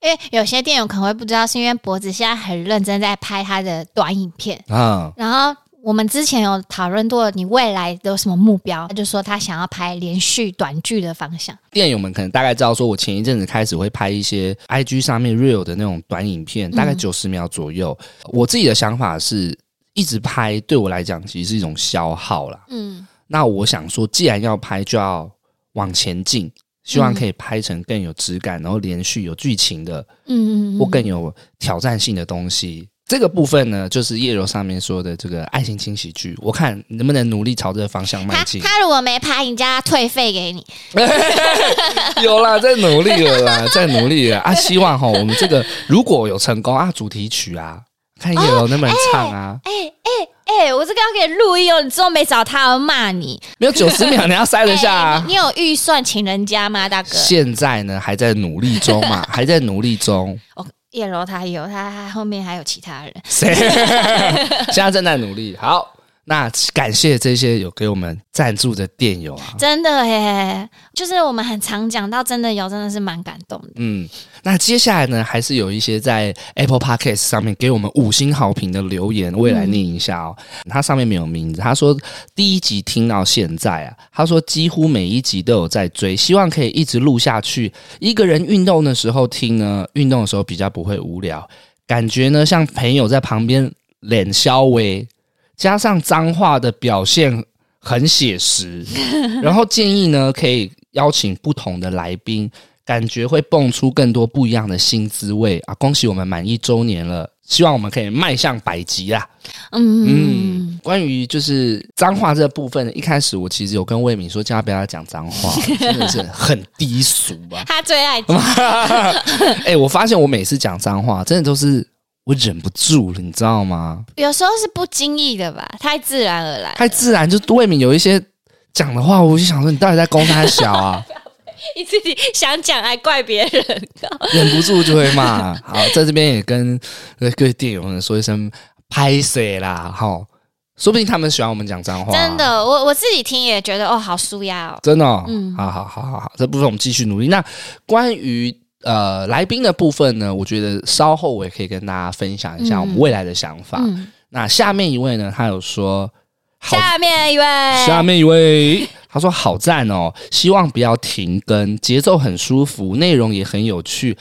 因为有些店友可能会不知道，是因为脖子现在很认真在拍他的短影片，
啊、
然后我们之前有讨论过你未来有什么目标，他就说他想要拍连续短剧的方向。
电友们可能大概知道，说我前一阵子开始会拍一些 IG 上面 real 的那种短影片，大概九十秒左右。我自己的想法是，一直拍对我来讲其实是一种消耗啦。
嗯
那我想说，既然要拍，就要往前进，希望可以拍成更有质感，然后连续有剧情的，
嗯嗯，
或更有挑战性的东西。这个部分呢，就是叶柔上面说的这个爱情轻喜剧，我看能不能努力朝这个方向迈
他 (laughs)
进。
他如果没拍，人家退费给你。
有啦，在努力了啦，在努力了啊！希望哈，我们这个如果有成功啊，主题曲啊，看叶柔能不能唱啊？
哎哎哎，我这个要给你录音哦，你之后没找他，我骂你。
没有九十秒，你要塞得下
哎
啊
你！你有预算请人家吗，大哥？
现在呢，还在努力中嘛，还在努力中。
哦，叶柔他有，他他后面还有其他人。
谁？ (laughs) 现在正在努力。好，那感谢这些有给我们赞助的店友啊。
真的耶，就是我们很常讲到，真的有，真的是蛮感动的。
嗯，那接下来呢，还是有一些在 Apple Podcast 上面给我们五星好评的留言，我也来念一下哦。它上面没有名字，他说第一集听到现在啊，他说几乎每一集都有在追，希望可以一直录下去。一个人运动的时候听呢，运动的时候比较不会无聊，感觉呢像朋友在旁边脸消微，加上脏话的表现很写实，然后建议呢可以邀请不同的来宾，感觉会蹦出更多不一样的新滋味啊！恭喜我们满一周年了，希望我们可以迈向百集啦。
嗯，
嗯，关于就是脏话这部分，一开始我其实有跟魏敏说，叫他不要讲脏话，真的是很低俗
(laughs)
吧？
他最爱讲
哎、我发现我每次讲脏话，真的都是我忍不住了，你知道吗？
有时候是不经意的吧，太自然而
(laughs)
然。
太自然，就魏敏有一些讲的话，我就想说，你到底在攻他小啊？
你自己想讲还怪别人，
忍不住就会骂。 (laughs) 好，在这边也跟呃各位店友们说一声拍谁啦，哈，说不定他们喜欢我们讲脏话、
真。的，我我自己听也觉得哦，好舒压哦。
真的、哦，
嗯
嗯，好好好好好，这部分我们继续努力。那关于呃来宾的部分呢，我觉得稍后我也可以跟大家分享一下我们未来的想法。
嗯，
那下面一位呢，他有说，好
下面一位，
下面一位，他说好赞哦，希望不要停更，节奏很舒服，内容也很有趣。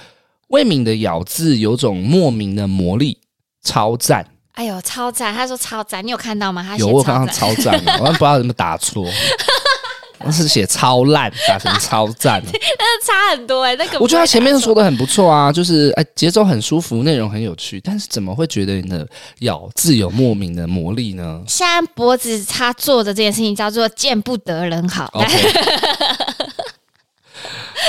魏敏的咬字有种莫名的魔力，超赞！
哎呦，超赞！他说超赞，你有看到吗？他写
有我有
超
看到
赞，
超赞哦，我 (laughs) 也不知道有没有打错，我是写超烂，打成超赞
(laughs)
哦。
那差很多哎、那个
我觉得他前面
说
说的很不错啊，就是哎节奏很舒服，内容很有趣，但是怎么会觉得你的咬字有莫名的魔力呢
现在脖 (laughs)
哦
子他做的这件事情叫做见不得人好。
？OK，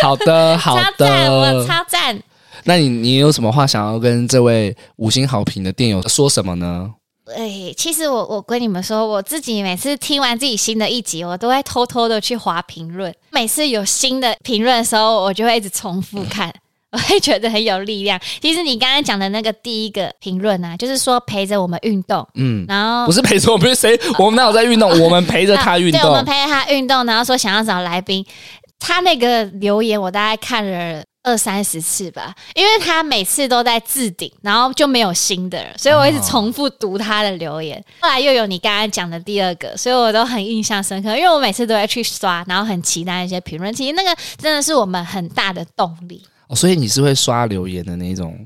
好的，好
超赞，我
的。
超赞。
那你你有什么话想要跟这位五星好评的店友说什么呢？
哎，其实我我跟你们说，我自己每次听完自己新的一集，我都会偷偷的去划评论。每次有新的评论的时候，我就会一直重复看， (laughs) 我会觉得很有力量。其实你刚刚讲的那个第一个评论啊，就是说陪着我们运动，
嗯，
然后
不是陪着我们谁，我们哪有在运动？我们陪着他运
啊对，我们
动。
陪着他运动，然后说想要找来宾。他那个留言我大概看了二三十次吧，因为他每次都在置顶，然后就没有新的了，所以我一
哦
直重复读他的留言。后来又有你刚才讲的第二个，所以我都很印象深刻，因为我每次都会去刷，然后很期待一些评论。其实那个真的是我们很大的动力。
哦所以你是会刷留言的那种。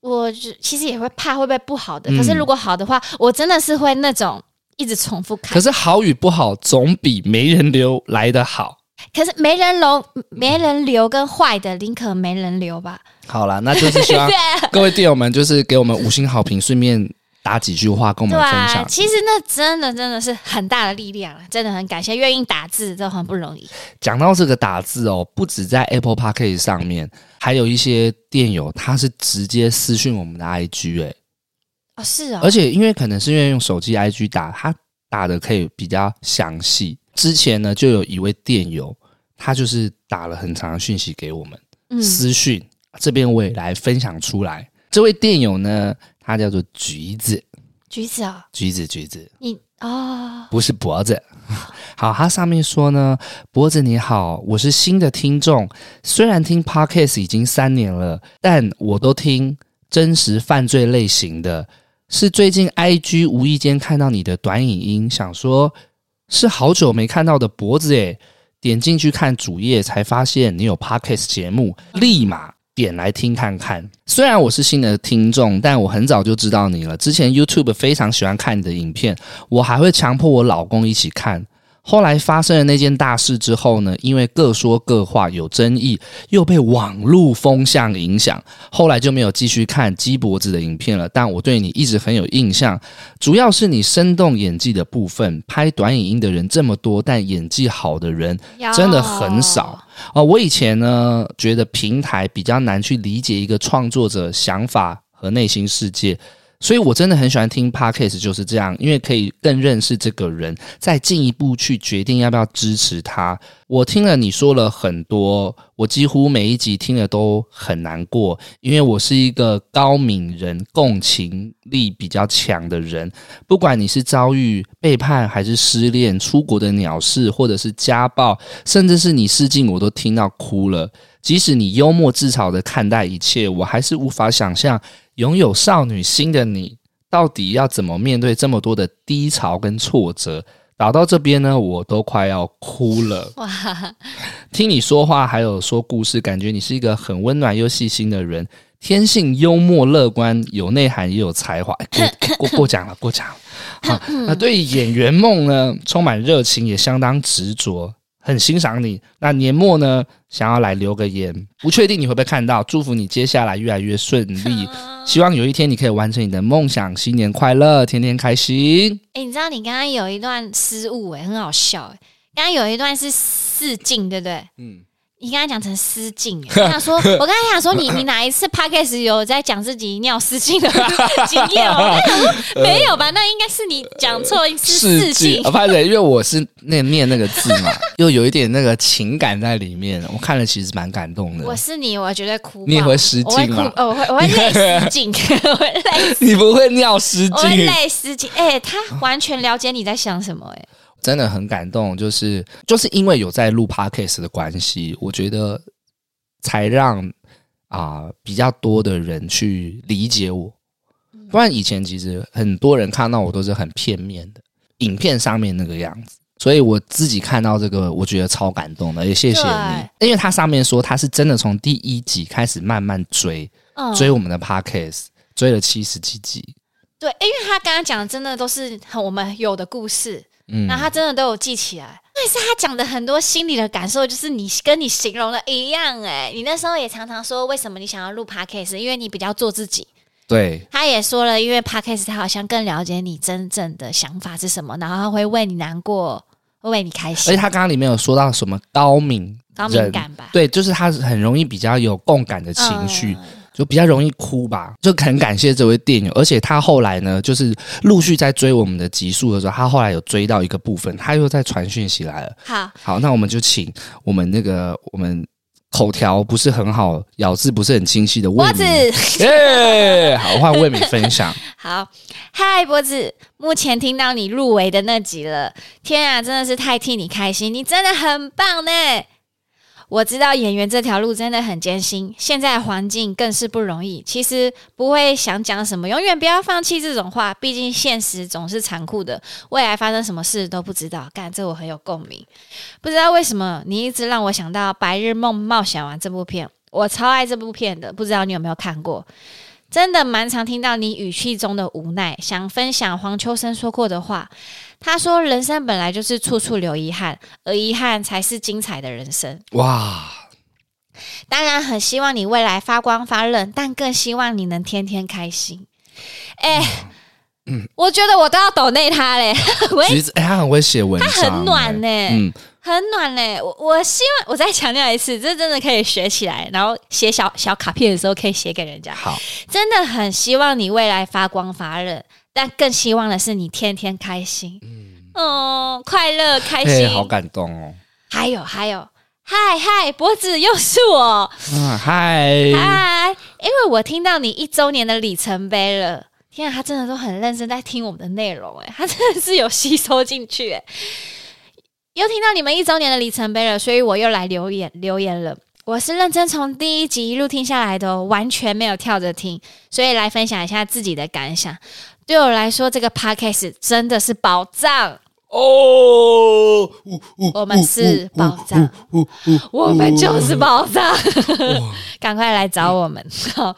我就其实也会怕会不会不好的，
嗯
可是如果好的话，我真的是会那种一直重复看
可。是好与不好，总比没人留来的好。
可是没人留，没人留跟坏的宁可没人留吧。
好啦，那就是希
(laughs) 啊
望各位店友们就是给我们五星好评，顺便打几句话跟我
对
们分
啊
享，。
其实那真的真的是很大的力量啊，真的很感谢愿意打字都很不容易。
讲到这个打字哦，不止在 Apple p a c k a g e 上面，还有一些店友他是直接私讯我们的 IG 哎、
哦，是哦
而，且因为可能是因为用手机 IG 打，他打的可以比较详细。之前呢，就有一位店友，他就是打了很长的讯息给我们，
嗯，
私讯这边我也来分享出来。这位店友呢，他叫做橘子，
橘子哦，
橘子，橘子，
你哦，
不是脖子。 (laughs) 好，它上面说呢，脖子你好，我是新的听众，虽然听 podcast 已经三年了，但我都听真实犯罪类型的。是最近 IG 无意间看到你的短影音，想说是好久没看到的脖子诶，点进去看主页才发现你有 podcast 节目，立马点来听看看。虽然我是新的听众，但我很早就知道你了。之前 YouTube 非常喜欢看你的影片，我还会强迫我老公一起看。后来发生了那件大事之后呢，因为各说各话有争议，又被网络风向影响，后来就没有继续看鸡脖子的影片了。但我对你一直很有印象，主要是你生动演技的部分。拍短影音的人这么多，但演技好的人
哟
真的很少。哦，我以前呢觉得平台比较难去理解一个创作者想法和内心世界，所以我真的很喜欢听 podcast，就是这样，因为可以更认识这个人，再进一步去决定要不要支持他。我听了你说了很多，我几乎每一集听了都很难过，因为我是一个高敏人，共情力比较强的人。不管你是遭遇背叛，还是失恋、出国的鸟事，或者是家暴，甚至是你试镜，我都听到哭了。即使你幽默自嘲的看待一切，我还是无法想象拥有少女心的你到底要怎么面对这么多的低潮跟挫折。打到这边呢，我都快要哭了。
哇，
听你说话，还有说故事，感觉你是一个很温暖又细心的人，天性幽默乐观，有内涵也有才华。哎过过过奖了，过奖了。好，那对于演员梦呢，充满热情，也相当执着，很欣赏你。那年末呢，想要来留个言，不确定你会不会看到，祝福你接下来越来越顺利，
嗯
希望有一天你可以完成你的梦想。新年快乐，天天开心。
哎、你知道你刚刚有一段失误哎、很好笑哎、刚刚有一段是试镜，对不对？
嗯，
你刚才讲成失禁、欸，我想
(laughs)
说，我刚才想说你，你哪一次 podcast 有在讲自己尿失禁的 (laughs) 经验哦？ (laughs) 我刚才想说没有吧，那应该是你讲错是
呃试
事
镜
情
啊，拍的，因为我是念念那个字
(laughs)
嘛，又有一点那个情感在里面，我看了其实蛮感动
我
的。
是你，我绝对哭爆。
你也会失
我会
禁
哭
吗，？ (laughs)
呃我会，我会累失禁， (laughs) 我会累，
你不会尿失
我会
禁，
累失禁。哎、他完全了解你在想什么、哎，
真的很感动。就是就是因为有在录 podcast 的关系，我觉得才让啊、比较多的人去理解我。不然以前其实很多人看到我都是很片面的，影片上面那个样子。所以我自己看到这个，我觉得超感动的，也谢谢你，因为他上面说他是真的从第一集开始慢慢追，
嗯，
追我们的 podcast，追了七十几集，
对，因为他刚刚讲的真的都是很我们有的故事，
嗯，
然后他真的都有记起来。但是他讲的很多心里的感受，就是你跟你形容的一样、哎，你那时候也常常说，为什么你想要录 podcast？因为你比较做自己。
对，
他也说了，因为 podcast 他好像更了解你真正的想法是什么，然后他会为你难过，会为你开
而且
心。
他刚刚里面有说到什么高敏
高敏
人
感吧，
对，就是他很容易比较有共感的情绪，
嗯
就比较容易哭吧。就很感谢这位电友，而且他后来呢，就是陆续在追我们的集数的时候，他后来有追到一个部分，他又在传讯息来了。
好，
好，那我们就请我们那个我们口条不是很好，咬字不是很清晰的魏
脖子
敏，耶、好，换魏敏分享。
好，嗨，脖子，目前听到你入围的那集了，天啊，真的是太替你开心，你真的很棒呢。我知道演员这条路真的很艰辛，现在环境更是不容易。其实不会想讲什么，永远不要放弃这种话，毕竟现实总是残酷的，未来发生什么事都不知道。干，这我很有共鸣。不知道为什么，你一直让我想到《白日梦冒险王》这部片，我超爱这部片的，不知道你有没有看过？真的蛮常听到你语气中的无奈，想分享黄秋生说过的话。他说：“人生本来就是处处留遗憾，而遗憾才是精彩的人生。
哇，
当然，很希望你未来发光发热，但更希望你能天天开心。哎、我觉得我都要抖内他嘞，喂，
橘子，哎、他很会写文章、
他很暖欸呢、
哎嗯，
很暖嘞、我我希望我再强调一次，这真的可以学起来，然后写小小卡片的时候可以写给人家。
好，
真的很希望你未来发光发热，但更希望的是你天天开心，嗯，哦，快乐开
哎、
心。
好感动哦。
还有还有，嗨嗨，脖子又是我，
嗯，嗨，
嗨，因为我听到你一周年的里程碑了。天啊，他真的都很认真在听我们的内容，哎， (laughs) 他真的是有吸收进去，哎，又听到你们一周年的里程碑了，所以我又来留言留言了。我是认真从第一集一路听下来的哦，完全没有跳着听，所以来分享一下自己的感想。对我来说，这个 podcast 真的是宝藏，
哦，
我们是宝藏，我们就是宝藏，赶快来找我们。好，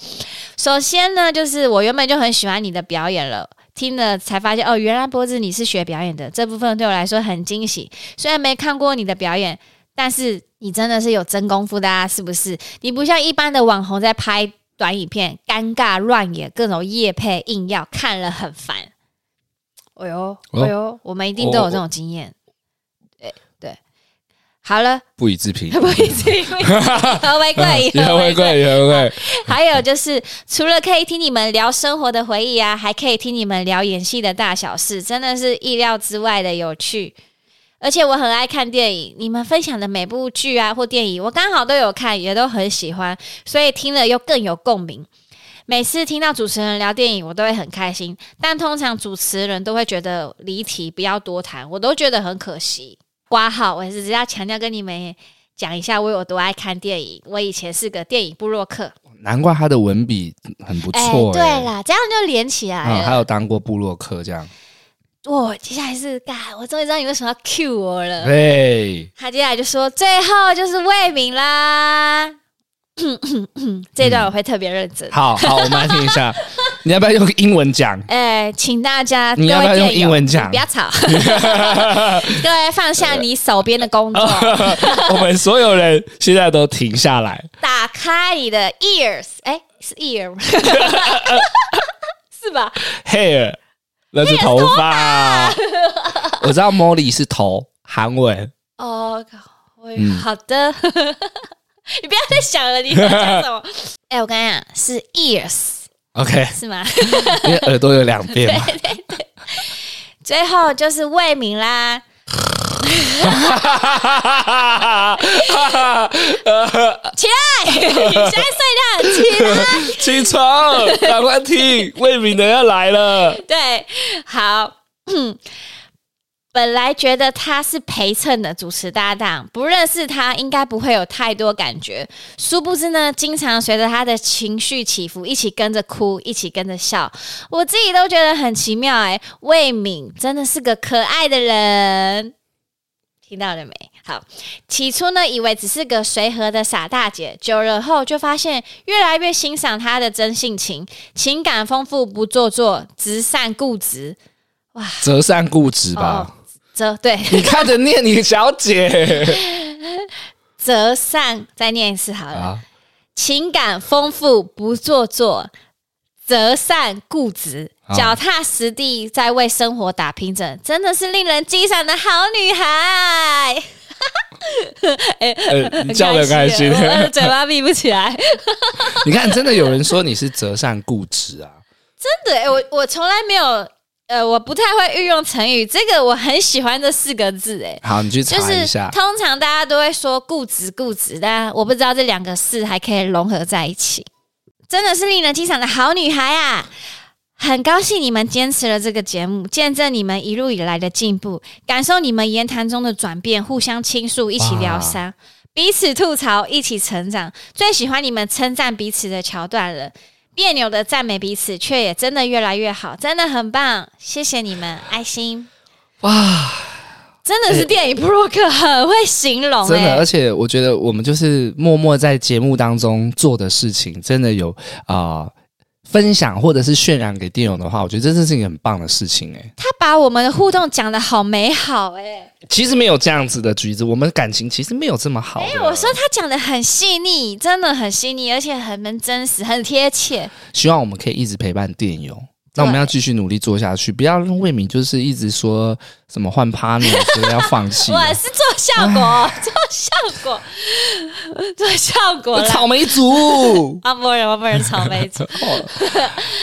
首先呢，就是我原本就很喜欢你的表演了。听了才发现哦，原来脖子你是学表演的，这部分对我来说很惊喜。虽然没看过你的表演，但是你真的是有真功夫的啊，是不是？你不像一般的网红在拍短影片，尴尬乱演，各种夜配硬要，看了很烦。哎呦，哎呦，我们一定都有这种经验。对对，好了， (laughs)
不予置评，
不一定，和为贵，
也
和为贵。
会贵，也会贵。
还有就是，除了可以听你们聊生活的回忆啊，还可以听你们聊演戏的大小事，真的是意料之外的有趣。而且我很爱看电影，你们分享的每部剧啊或电影，我刚好都有看，也都很喜欢，所以听了又更有共鸣。每次听到主持人聊电影，我都会很开心，但通常主持人都会觉得离题，不要多谈，我都觉得很可惜。挂号，我只是要强调跟你们讲一下，我有多爱看电影。我以前是个电影部落客，
难怪他的文笔很不错、
对
哎
啦，这样就连起来
嗯，还
了。
有当过布洛克这样，
哇，接下来是干，我终于知道你为什么要 cue 我了。
对，
他接下来就说，最后就是魏敏
(coughs)
啦。这一段我会特别认真。
好好，我们来听一下，你要不要用英文讲？
哎、请大家
你要不要
各位
用
电友
英文讲
你不要
(laughs)
吵，各位放下你手边的工
(laughs)
作，
我们所有人现在都停下来，
打开你的 ears，哎、是 ear
(laughs)
吗？是吧？
hair，那是头发。我知道 Molly 是头，韩文
哦，我
嗯
好的， (laughs) 你不要再想了，你在讲什么？ (laughs) 哎、我跟你讲，是 ears
OK，
是 (laughs) 吗？
因为耳朵有两边嘛。
最后就是魏明啦，起 (laughs) 来，你现在睡觉起来。
(laughs) 起床，赶快听，魏敏的要来了。
(laughs) 对，好。 (clears throat) 本来觉得他是陪衬的主持搭档，不认识他应该不会有太多感觉。殊不知呢，经常随着他的情绪起伏，一起跟着哭，一起跟着笑，我自己都觉得很奇妙哎、魏敏真的是个可爱的人，听到了没？好，起初呢，以为只是个随和的傻大姐，久了后就发现越来越欣赏她的真性情，情感丰富，不做作，直善固执。
折扇固执吧，
折对 (laughs)
你看着念，你小姐
折善，再念一次好了。
(laughs) 啊，
情感丰富，不做作，择善固执，
好
脚踏实地，在为生活打拼着，真的是令人激赏的好女孩。哎、
呃，你笑得很开 (laughs)
(laughs)
心。
我的嘴巴闭不起来。
你看，真的有人说你是择善固执啊，
真的，哎我我从来没有，呃，我不太会运用成语，这个我很喜欢这四个字，哎，
好，你去查
就是
一下。
通常大家都会说固执固执，但我不知道这两个字还可以融合在一起，真的是令人欣赏的好女孩啊！很高兴你们坚持了这个节目，见证你们一路以来的进步，感受你们言谈中的转变，互相倾诉，一起疗伤，彼此吐槽，一起成长。最喜欢你们称赞彼此的桥段了，别扭的赞美彼此，却也真的越来越好，真的很棒，谢谢你们，爱心。
哇，哎
真的是电影布洛克很会形容、欸，
真的，而且我觉得我们就是默默在节目当中做的事情，真的有啊、分享或者是渲染给电友的话，我觉得这真是一个很棒的事情哎、
他把我们的互动讲的好美好、欸，
其实没有这样子的橘子，我们感情其实没有这么好的。
哎，我说他讲的很细腻，真的很细腻，而且很真实，很贴切。
希望我们可以一直陪伴电友。那我们要继续努力做下去，不要让魏敏就是一直说什么换 partner 之类要
(laughs)
放弃。啊
我是做效
(laughs)
果，做效果，做效果啦。
草莓族。
啊，不人，不人，草莓
(laughs)
族。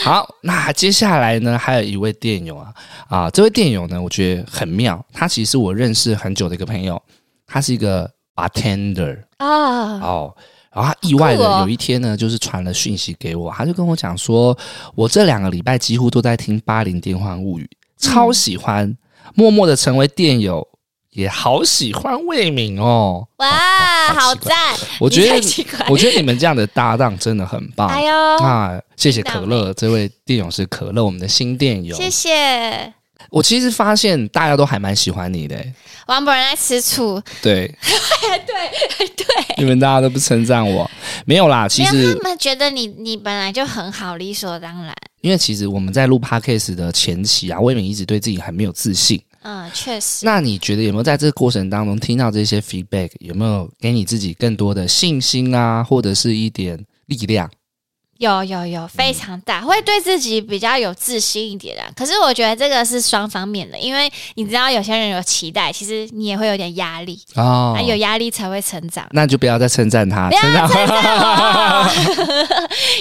好，那接下来呢，还有一位电友啊啊，这位电友呢，我觉得很妙，他其实是我认识很久的一个朋友，他是一个 bartender
啊，
哦。然后他意外的
酷哦
有一天呢，就是传了讯息给我，他就跟我讲说，我这两个礼拜几乎都在听《八零电幻物语》，超喜欢，默默的成为电友，也好喜欢魏敏哦。
哇，
好
好
奇怪
赞！
我觉
你太
得
奇怪，
我觉得你们这样的搭档真的很
(laughs)
棒。
哎呦，
啊，谢谢可乐，这位电友是可乐，我们的新电友。
谢谢。
我其实发现大家都还蛮喜欢你的欸、
王博人爱吃醋， (laughs)
对，
哎，对，对。
你们大家都不称赞我，没有啦。其
没有，
实
他们觉得你你本来就很好，理所当然。
因为其实我们在录 podcast 的前期啊，魏敏一直对自己很没有自信。
嗯，确实。
那你觉得有没有在这个过程当中听到这些 feedback，有没有给你自己更多的信心啊，或者是一点力量？
有有有，非常
嗯
大，会对自己比较有自信一点啦。可是我觉得这个是双方面的，因为你知道有些人有期待，其实你也会有点压力，
哦。
啊，，有压力才会成长
那就不要再称赞他，
不要
称赞
哦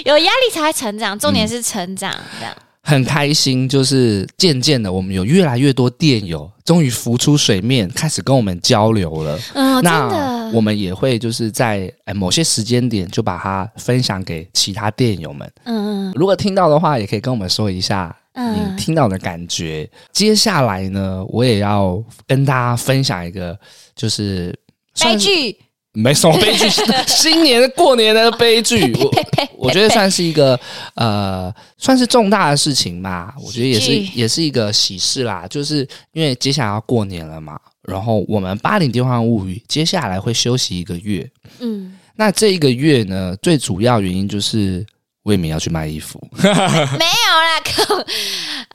有压力才会成长，重
嗯
点是成长，这样
(laughs) 很开心，就是渐渐的，我们有越来越多电友终于浮出水面，开始跟我们交流了。
嗯，真
那
的，
我们也会就是在呃某些时间点就把它分享给其他电友们，
嗯
如果听到的话，也可以跟我们说一下你
嗯
听到的感觉。接下来呢，我也要跟大家分享一个，就是
悲
算是
剧
没什么
(laughs)
悲剧，新年的过年的悲剧，我我觉得算是一个呃，算是重大的事情吧。我觉得也是
喜剧
也是一个喜事啦，就是因为接下来要过年了嘛，然后我们《八零电幻物语》接下来会休息一个月。
嗯，
那这一个月呢，最主要原因就是魏敏要去卖衣服，
没有啦， (laughs) 可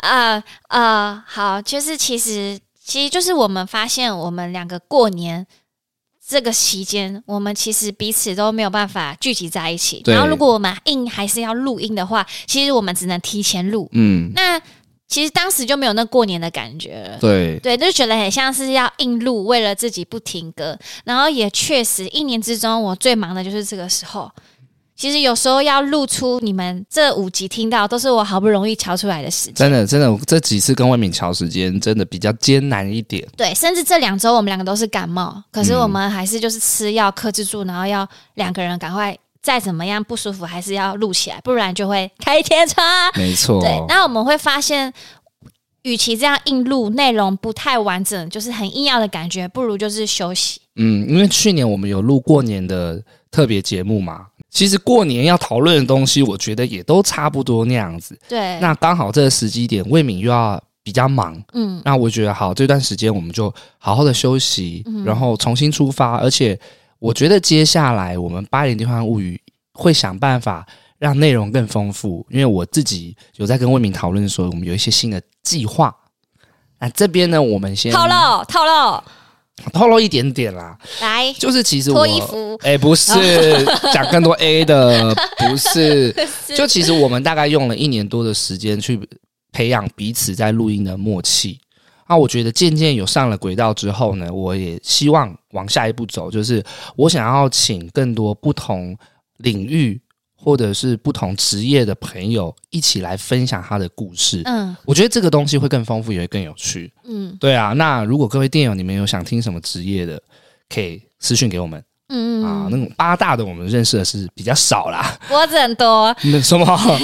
呃呃，好，就是其实其实就是我们发现，我们两个过年这个期间，我们其实彼此都没有办法聚集在一起。
对
然后，如果我们硬还是要录音的话，其实我们只能提前录。
嗯，
那其实当时就没有那过年的感觉了。
对，
对，就觉得很像是要硬录，为了自己不停歌。然后也确实，一年之中我最忙的就是这个时候。其实有时候要录出你们这五集听到，都是我好不容易瞧出来的时间。
真的真的，这几次跟魏敏调时间真的比较艰难一点。
对，甚至这两周我们两个都是感冒，可是
嗯
我们还是就是吃药克制住，然后要两个人赶快再怎么样不舒服，还是要录起来，不然就会开天窗。
没错，
对，那我们会发现，与其这样硬录，内容不太完整，就是很硬要的感觉，不如就是休息。
嗯，因为去年我们有录过年的特别节目嘛，其实过年要讨论的东西，我觉得也都差不多那样子。
对，
那刚好这个时机点，魏敏又要比较忙，
嗯
那我觉得好，这段时间我们就好好的休息，
嗯
然后重新出发。而且我觉得接下来我们《八零地方物语》会想办法让内容更丰富，因为我自己有在跟魏敏讨论说，我们有一些新的计划。那这边呢，我们先
透露透露，
透露一点点啦，
来
就是其实我
脱衣服，哦
哎、不是 (laughs) 讲更多 A
(laughs)
的，不是。就其实我们大概用了一年多的时间去培养彼此在录音的默契那我觉得渐渐有上了轨道之后呢，我也希望往下一步走，就是我想要请更多不同领域或者是不同职业的朋友一起来分享他的故事。
嗯
我觉得这个东西会更丰富，也会更有趣。
嗯
对啊，那如果各位电友你们有想听什么职业的，可以私讯给我们、
嗯
啊。
嗯，
那种八大的我们认识的是比较少啦，
脖子很多，
(laughs) 那什么，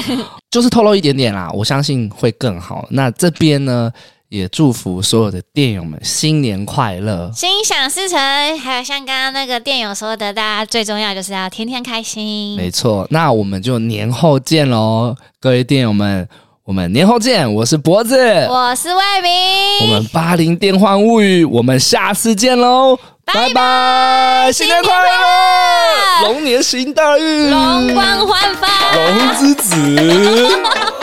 就是透露一点点啦，我相信会更好。那这边呢，也祝福所有的电友们新年快乐。
心想事成。还有像刚刚那个店友说的，大家最重要就是要天天开心。
没错，那我们就年后见喽，各位电友们，我们年后见。我是脖子，
我是魏
我
明，
们八零电幻物语，我们下次见喽，拜拜，新年快乐，龙年行大运，
容光焕发。
龙之子。